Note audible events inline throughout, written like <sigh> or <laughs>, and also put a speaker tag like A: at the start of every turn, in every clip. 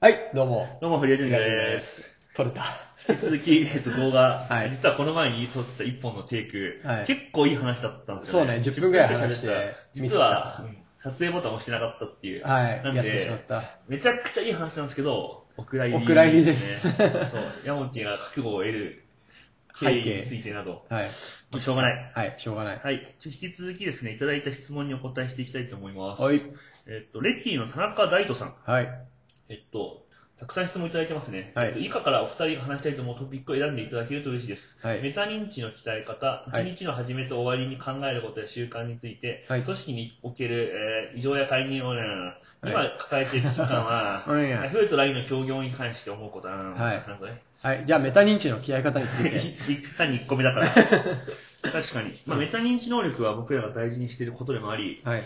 A: はい、どうも。
B: どうも、フリージュン
A: で
B: です。
A: 取れた。
B: 引き続き、えっと、動画、
A: はい
B: 実はこの前に撮った一本のテイク、
A: はい
B: 結構いい話だったんです
A: そう
B: よ
A: ね
B: <laughs> ね。、
A: 10分ぐらい
B: 10
A: 話し
B: ぐらい
A: て
B: 話、した
A: ミス
B: 実
A: っ
B: は
A: た。、
B: 撮影ボタン押してなかったっていう。
A: はい、や
B: な
A: っ
B: ん
A: てしまっ
B: で、
A: た。
B: めちゃくちゃいい話なんですけど、お蔵入り、
A: お蔵入りです
B: ねそう、ヤモティが覚悟を得る経緯についてなど、
A: はい、
B: もうしょうがない。
A: はい、しょうがない。
B: はい。ちょ引き続きですね、いただいた質問にお答えしていきたいと思います。
A: はい。
B: えっと、レッキーの田中大斗さん。
A: はい、
B: えっと、たくさん質問いただいてますね。
A: はい
B: えっと、以下からお二人が話したいと思うトピックを選んでいただけると嬉しいです。
A: はい
B: メタ認知の鍛え方、
A: はい
B: 一日の始めと終わりに考えることや習慣について、
A: はい
B: 組織における、えー異常や介入を、ね
A: は
B: 今抱えている危機感
A: <laughs>
B: は、
A: うんや
B: ヤフーと LINE の協業に関して思うことだな、
A: はい
B: なるほどね。
A: はい、じゃあメタ認知の鍛え方につい
B: <laughs>
A: て。
B: 単に1個目
A: <laughs>
B: だから。確かに。まあ、メタ認知能力は僕らが大事にしていることでもあり、
A: はい、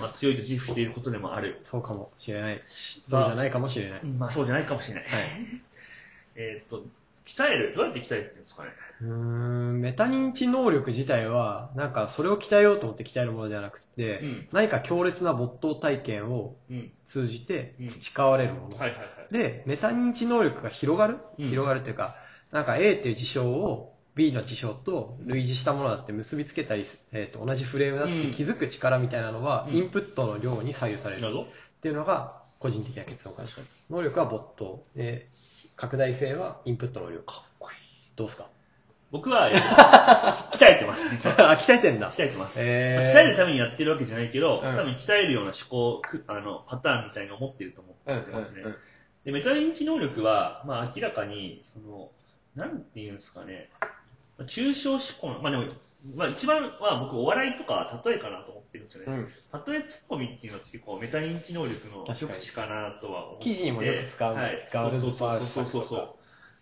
B: まあ、強いと自負していることでもある。
A: そうかもしれない。そうじゃないかもしれない。
B: まあ、そうじゃないかもしれない。
A: はい。
B: えーっと、鍛える、どうやって鍛えてるんですかね。
A: うーん、メタ認知能力自体は、なんかそれを鍛えようと思って鍛えるものじゃなくて、
B: うん
A: 何か強烈な没頭体験を
B: うん。
A: 通じて
B: うん
A: 培われるもの。
B: はいはいはい。
A: で、メタ認知能力が広がる
B: うん
A: 広がるというか、なんか A っていう事象を B の事象と類似したものだって結びつけたり、えーと同じフレームだっ
B: う
A: て
B: ん
A: 気づく力みたいなのは、
B: うん
A: インプットの量に左右され
B: な
A: る
B: るほど。
A: っていうのが個人的な結論かな
B: 確かに。
A: 能力は没頭。で、拡大性はインプットの量。かっこいい。どう
B: <laughs>
A: ですか
B: 僕は、えー <laughs> 鍛えてます、実は。
A: あ、鍛えてんだ。
B: 鍛えてます。
A: え
B: ま
A: ー
B: あ鍛えるためにやってるわけじゃないけ
A: う
B: ど、
A: ん
B: 多分鍛えるような思考、くあの、パターンみたいなのを持ってると思ってますね。で、メタ認知能力は、まあ明らかに、その、なんていうんですかね、まあ抽象思考の、まあでも、まあ一番は僕お笑いとか例えかなと思ってるんですよね。
A: うん
B: 例えツッコミっていうのは結構メタ認知能力の
A: 確かに
B: 極致かなとは思って
A: 記事にもよく使う
B: はい、
A: ガールズバー
B: そ
A: サ
B: う
A: ー
B: そうそう
A: と
B: そう
A: か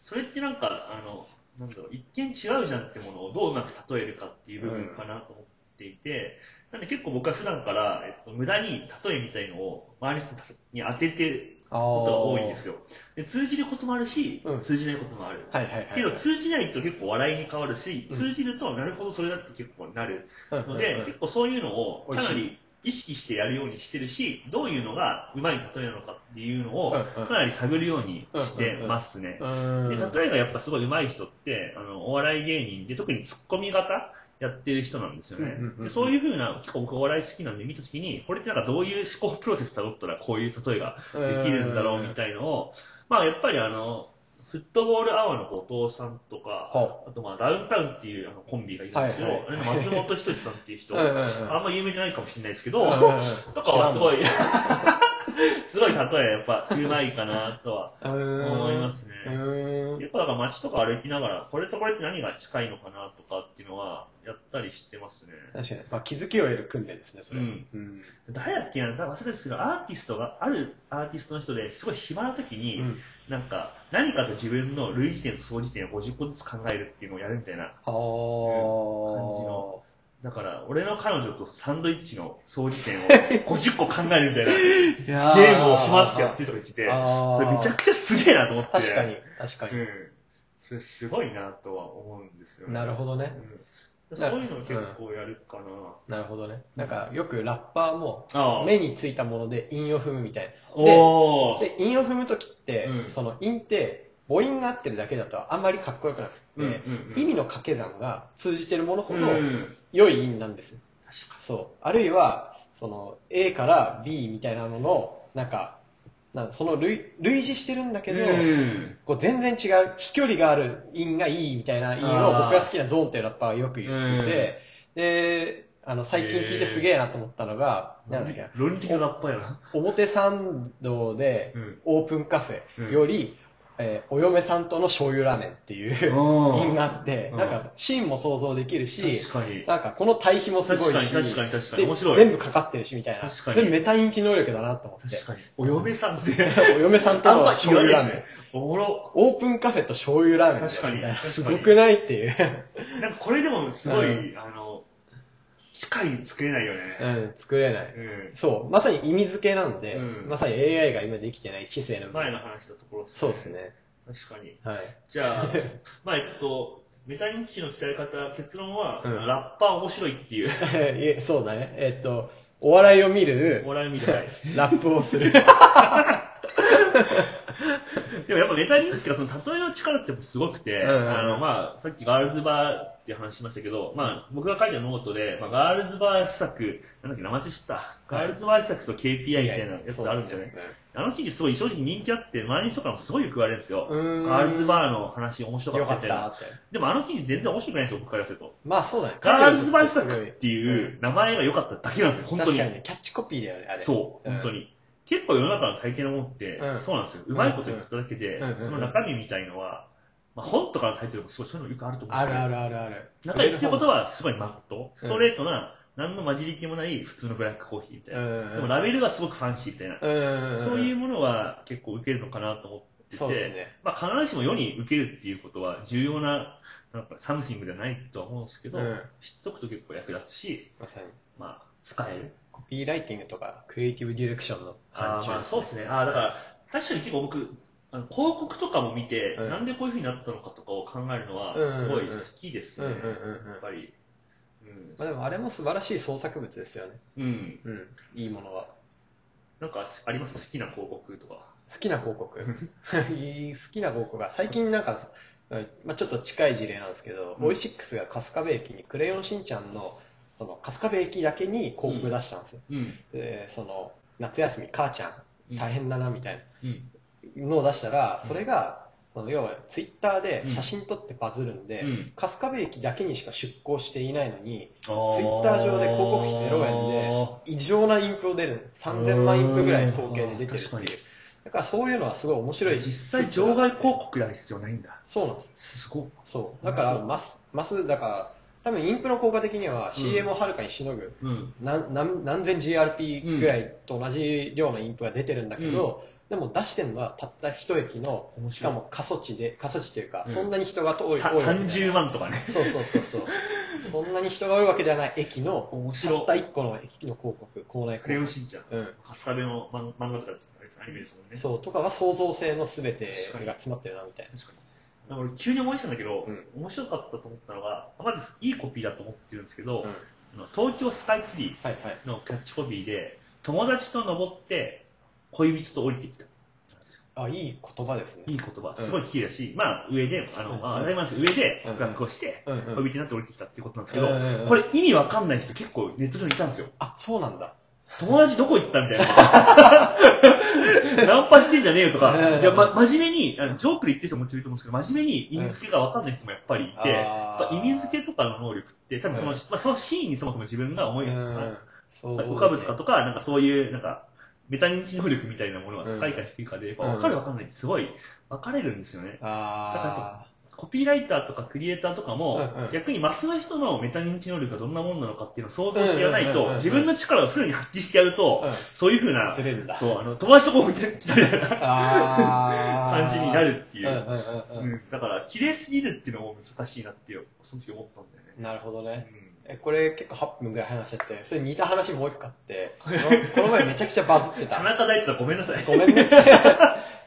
B: それってなんかあのなんだろう一見違うじゃんってものをどううまく例えるかっていう部分かなと思っていて、なんで結構僕は普段から、えっと、無駄に例えみたいのを周りの人に当ててる
A: あー
B: ことが多いんですよで通じることもあるし、
A: うん
B: 通じないこともある、
A: はいはいはい。
B: けど通じないと結構笑いに変わるし、
A: うん
B: 通じるとなるほどそれだって結構なる
A: うん
B: ので、
A: うんうん
B: 結構そういうのを
A: 美
B: か
A: 味しい
B: なり意識してやるようにしてるし、どういうのがうまい例えなのかっていうのを
A: うんうん
B: かなり探るようにしてますね。
A: う
B: で
A: ーん
B: 例えがやっぱすごい上手い人って、あのお笑い芸人で特にツッコミ型やってる人なんですよ
A: うん
B: ね。
A: うんうん
B: でそういうふうな、結構僕お笑い好きなんで見たときに、これってなんかどういう思考プロセス辿ったらこういう例えができるんだろうみたいのを、まあやっぱりあの、フットボールアワーの後藤さんとか、
A: ほ
B: あとまあダウンタウンっていうあのコンビがいるんですけど、
A: はいはい
B: あの松本人志さんっていう人、
A: うんうんうん
B: あんま有名じゃないかもしれないですけど、
A: うんうんうん
B: とかはすごい、
A: <laughs>
B: すごい例えやっぱうまいかなとは
A: うーん
B: 思いますね
A: うーん
B: 結構だから街とか歩きながら、これとこれって何が近いのかなとかっていうのはやったりしてますね。
A: 確かに、まあ、気づきを得る訓練ですね、それ。
B: うん
A: うん
B: 誰だっけな、忘れたんですけど、アーティストが、あるアーティストの人ですごい暇な時に、
A: うん
B: なんか、何かと自分の類似点と相似点を50個ずつ考えるっていうのをやるみたいな。
A: あー
B: のだから、俺の彼女とサンドイッチの相似
A: <laughs>
B: 点を50個考えるみ
A: い
B: たい
A: や
B: な、
A: ー
B: ゲームをしますってやってるとか言ってて、
A: あー
B: それめちゃくちゃすげえなと思って。
A: 確かに、確か
B: う
A: に。
B: ん。それすごいなとは思うんですよね。
A: なるほどね。
B: うんそういうの結構やるかな。
A: なるほどね。なんか、よくラッパーも、
B: ああ。
A: 目についたもので韻を踏むみたい
B: お
A: な。
B: ー。
A: で、韻を踏むときって、
B: うん
A: その韻って、母音が合ってるだけだとあんまりかっこよくなくって、
B: うんうんうん
A: 意味の掛け算が通じてるものほど
B: うん
A: 良い韻なんですよ。
B: 確か
A: そう。あるいは、その A から B みたいなのの、なんか、なんその類類似してるんだけ
B: に。
A: ど、
B: うん
A: こう全然違う、飛距離がある音がいいみたいな音を
B: あー
A: 僕が好きなゾーンっていうラッパーがよく言ってて、で、あの、最近聞いてすげえなと思ったのが、なんだっけな、
B: 論理的なラッパーやな。
A: 表参道で
B: うん
A: オープンカフェより、えーお嫁さんとの醤油ラーメンっていう
B: おー
A: 音があって、
B: うん
A: なんかシーンも想像できるし、
B: 確かに。
A: なんかこの対比もすごいし、
B: 確かに確かに確かに
A: で
B: 面白い
A: 全部かかってるしみたいな。
B: 確かに
A: 全部メタ認知能力だなと思って。
B: 確かに。お嫁さんって。
A: お嫁さんと
B: あん
A: の
B: ま
A: 醤
B: 言わ
A: 油ラ
B: な
A: ー
B: い
A: メン
B: ですね。。おもろ。
A: オープンカフェと醤油ラーメンだよ
B: 確かに
A: みたいな
B: 確かに
A: すごくないっていう。
B: なんかこれでもすごい、
A: う
B: あの、機械作れないよ
A: う
B: ね。
A: ん、作れない。
B: うん。
A: そう、まさに意味付けなんで、
B: うん
A: まさに AI が今できてない知性の部
B: 前の
A: 分。
B: 話のところ
A: そうです。ね。
B: 確かに。
A: はい。
B: じ <laughs> ゃあ、まあ、えっと、メタ認知の鍛え方、結論は、
A: うん
B: ラッパー面白いって <laughs> いう、
A: い <laughs> えそうだね。えっと、お笑いを見る
B: お、笑いみたい。
A: ラップをする。
B: でもやっぱメタ認識がその例えの力ってすごくて、
C: うんうんうん
B: あの、まあ、さっきガールズバーって話しましたけど、まあ、僕が書いたノートで、まあ、ガールズバー施策、なんだっけ、名前知った。ガールズバー施策と KPI みたいなやつあるんですよね。。あの記事すごい正直人気あって、周りの人からもすごいよく言われるんですよ。
C: うーん
B: ガールズバーの話面白か
A: よ
B: った
A: か
B: み
A: った
B: い
A: た
B: な。
A: って。
B: でもあの記事全然面白くないんですよ、僕からすると。
A: まあそうだね。
B: ガールズバー施策
A: 書いて
B: っ
A: る
B: ていう名前が良かっただけなんですよ、
A: こと
B: 本
A: ってす
B: 当
A: ごい確か
B: に。
A: にね、キャッチコピーだよね、あれ。
B: そう、
A: うん
B: 本当に。結構世の中の体験のものって、
A: うん
B: そうなんですよ。うまいこと言っただけで、
A: うんうん
B: その中身みたいのは、まあ、本とかのタイトルもすごいそういうのよくあると思うん
A: あ
B: です
A: る
B: けど、
A: あるあるある。
B: なんか言ってること
A: は、
B: はすごいマット、ストレートな、何の混じり気もない普通のブラックコーヒーみたいな。でも
A: う
B: ラベルがすごくファンシーみたいな。
A: ん。
B: そういう
A: う、
B: ものは結構受けるのかなと思ってて、
A: そうですね。
B: まあ必ずしも世に受けるっていうことは重要な、なんかサムシングではないとは思うんですけど、
A: うん
B: 知っとくと結構役立つし、
A: まさに。
B: まあ使える。
A: コピーライティングとか、
C: クリエイティブディレクションの範
B: あ
C: 疇
B: ーまあそうですね。あーだから、確かに結構僕、あの広告とかも見て、
A: うん
B: なんでこういう風になったのかとかを考えるのは
A: うんうんう、ん
B: すごい好きです
A: うん
B: ね
A: うん。うんうん
B: やっぱり。うん
A: まあ、でもあれも素晴らしい創作物ですよね。
B: うん。
A: うん、いいものは。
B: なんかあります好きな広告とか。
A: 好きな広告。 <laughs> いい好きな広告が、最近なんか、うんまあ、ちょっと近い事例なんですけど、
B: うん
A: オイシックスが春日部駅にクレヨンしんちゃんの、その春日部駅だけに広告出したんですよ。
B: うん。
A: で、その、夏休み、母ちゃん、大変だな、みたいな。
B: うん。
A: のを出したら、
B: うん
A: それが、その要はツイッターで
B: うん
A: 写真撮ってバズるんで、
B: うん
A: 春日部駅だけにしか出向していないのに、
B: ツイッ
A: Twitter 上で広告費0円で異常なインプを出る、3000万インプぐらい統計で出てるって
B: う
A: いう
B: ん確かに。
A: だからそういうのはすごい面白い。
B: 実際場外広告である必要ないんだ。
A: そうなんです。
B: すごっ。
A: そう。だから、
B: うん
A: マス、マス、だから、多分インプの効果的には CM をはるかにしのぐ、
B: うん。
A: なんなん何千 GRP ぐらいと同じ量のインプが出てるんだけど、でも出してるのはたった一駅の
B: 面白い
A: しかも過疎地で過疎地というか、
B: うん
A: そんなに人が多い
B: さ
A: 多いわけじゃな
B: 30
A: い
B: 万とかね。
A: そうそうそう
B: <laughs>
A: そうそんなに人が多いわけではない駅の
B: 面
A: た
B: 白
A: った一個の駅の広告校内
B: クレヨン
A: 広
B: しんちゃん。
A: 告、うん、
B: 春日部の漫漫画とかアニメですもんね。
A: そうとかは創造性の全て
B: 確かに
A: が詰まってるなみたいな
B: 確かに。だから俺急に思い出したんだけど、
A: うん
B: 面白かったと思ったのが、まずいいコピーだと思ってるんですけ
A: う
B: ど、
A: ん、はい
B: あの東京スカイツリ
A: はい
B: ーのキャッチコピーで、友達と登って恋人と降りてきた。
A: あいい言葉ですね
B: いい言葉、すごい綺麗だし、まあ上で、あの、
A: うん
B: まあ当たり前ですけど上で
A: うん
B: 告白をして、
A: うんうん
B: 恋人になって降りてきたってことなんですけど、
A: うんうんうん
B: これ意味わかんない人結構ネット上にいたんですよ。
A: あそうなんだ
B: 友達どこ行ったみたい
A: <laughs>
B: な。ナンパしてんじゃねえよとか、
A: うん
B: いや、ま、真面目に、あのジョークで言ってる人もいると思うんですけど、真面目に意味付けが分かんない人もやっぱりいて、
A: うん
B: やっぱ意味付けとかの能力って、多分その、
A: うん
B: まあ、そのシーンにそもそも自分が思い、
A: うん想像
B: 浮かぶとかとか、なんかそういう、なんか、メタ認知能力みたいなものが高いか低いかで、やっぱ分かる分かんないってすごい分かれるんですよね。
A: あ
B: コピーライターとかクリエイターとかも、
A: うんうん
B: 逆にマスの人のメタ認知能力がどんなものなのかっていうのを想像してやらない
A: うんうんうんう
B: と
A: ん、
B: 自分の力をフルに発揮してやると、
A: うん
B: そういうふうな
A: あ、ずれるんだ
B: そう、あの、友達とこう見てきたみたいな
A: あー
B: <laughs> 感じになるっていう。
A: うんうんうんうん
B: うんだから、綺麗すぎるっていうのも難しいなっていう、その時思ったんだよ
A: なるほどね、
B: ね。
A: えこれ結構8分ぐらい話しちゃって、それ似た話もう一個あって、このこの前めちゃくちゃバズって
B: <laughs> 田
A: た。
B: 中大地さんごめんなさい。
A: ごめんね。 <laughs>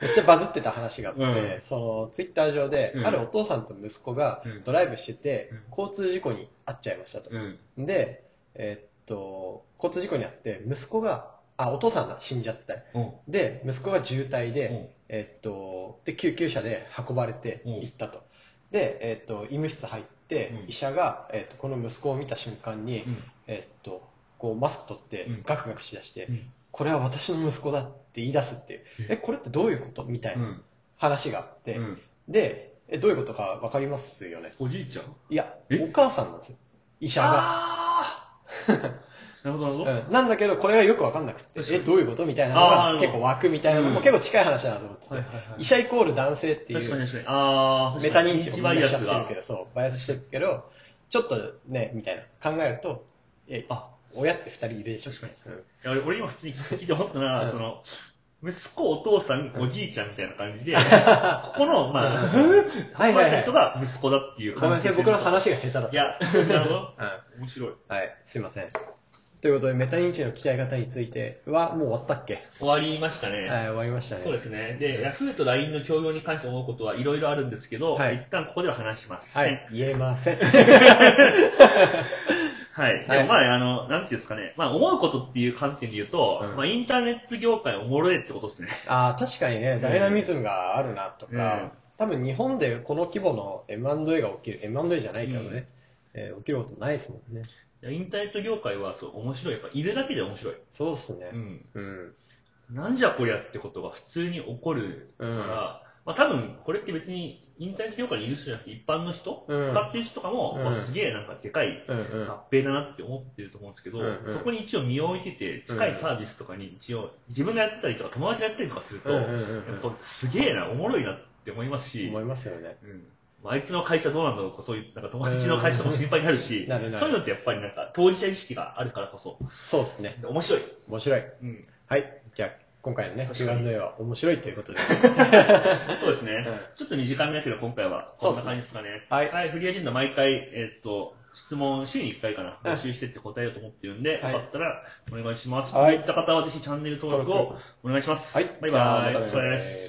A: めっちゃバズってた話があって、
B: うん
A: そのツイッター上で、
B: うん
A: あるお父さんと息子が
B: うん
A: ドライブしてて、
B: うん
A: 交通事故に遭っちゃいましたと。
B: うん。
A: で、えーっと、交通事故に遭って、息子が、あ、お父さんが死んじゃった。
B: うん。
A: で、息子が重体で、
B: うん
A: えっと、で、救急車で運ばれて
B: うん
A: 行ったと。で、えっと、医務室入って、
B: うん
A: 医者が、えっと、この息子を見た瞬間に、
B: うん
A: えっと、こう、マスク取って
B: うん、
A: ガクガクしだして、
B: うん。
A: これは私の息子だって言い出すっていう。え、これってどういうことみたいうなん話があって、
B: うん
A: で、え、どういうことかわかりますよね。
B: おじいちゃん
A: いや、
B: え
A: お母さんなんですよ。医者が。
B: あ
A: <laughs>
B: あなるほど、なるほど。
A: うん、なんだけど、これがよくわかんなくて
B: 確、かに
A: え、どういうことみたいなの
B: あー
A: が結構枠みたいなの
B: う
A: も
B: ん
A: 結構近い話だなと思ってて、
B: はいはいはい。
A: 医者イコール男性ってい
B: 確かに
A: う
B: 確かに。ああ、
A: メタ認知をみ
B: バ
A: ん
B: イ
A: な
B: ア
A: しちゃっ
B: ス
A: てる
B: が
A: け。ど、そう、バイアスしてるけど、ちょっとね、みたいな考えると、え、
B: あ、
A: 親って二人いるでしょ。
B: 確かに
A: うん
B: いや俺俺今普通に聞いて思ったの
A: う
B: は、
A: ん
B: その、息子、お父さん、おじいちゃんみたいな感じで、
A: <laughs>
B: ここの、ま
A: はい
B: あ、
A: はいはい
B: 人が息子だっていう
A: ごめんな
B: 感じ
A: さい、僕の話が下手だっ
B: い
A: た。
B: や、なるほど。
A: うん
B: 面白い。
A: はい、すいません。ということで、メタ認知の鍛え方については、もう終わったっけ
B: 終わりましたね。
A: はい、終わりましたね。
B: そうですね。で、Yahoo と LINE の協業に関して思うことはいろいろあるんですけど、
A: はい <laughs>
B: 一旦ここでは話します。
A: はい、言えません。
B: はい。でもまあ、あの、なんていうんですかね。まあ、思うことっていう観点で言うと、
C: うん
B: まあ、インターネット業界おもろいってことですね。
A: ああ、確かにね、
B: ん
A: ダイナミズムがあるなとか、
B: うん
A: 多分日本でこの規模の M&A が起きる、M&A じゃないけどね、えー起きることないですもんね。
B: インターネット業界は、そう、面白い。やっぱ、いるだけで面白い。
A: そうっすね
B: う。ん。
A: うん。
B: なんじゃこりゃってことが普通に起こるから、
A: うん
B: まあ多分これって別にインターネット業界にいる人じゃなくて一般の人、
A: うん
B: 使ってる人とかも、
A: うん
B: わすげえなんかでかい
A: うんうん。
B: 合併だなって思ってると思うんですけど、
A: うんうん
B: そこに一応身を置いてて近いサービスとかに一応自分がやってたりとか友達がやったりとかすると、
A: うんうんうん
B: やっぱすげえな、おもろいなって思いますし、
A: 思いますよね。
B: うんまああいつの会社どうなんだろうとか、そういう、なんか友達の会社とか心配になるし、
A: んなるなる
B: そういうのってやっぱりなんか当事者意識があるからこそ、
A: そうですね。
B: 面白い。
A: 面白い。
B: うん。
A: はい。じゃあ、今回のね、
B: 確かに
A: Q&A は面白いという <laughs> ことで。
B: そうですね
A: うん。
B: ちょっと短めだけど、今回はこんな感じですかね。
A: はい
B: フリーアジェンダ毎回、えーっと、質問週に1回かな、
A: うん
B: 募集してって答えようと思ってるんで、よ
A: はい
B: かったらお願いします。
A: はい
B: い。った方はぜひチャンネル登録をお願いします。
A: はい
B: バイバイ。お
A: じゃあまたね
B: 疲れ様です。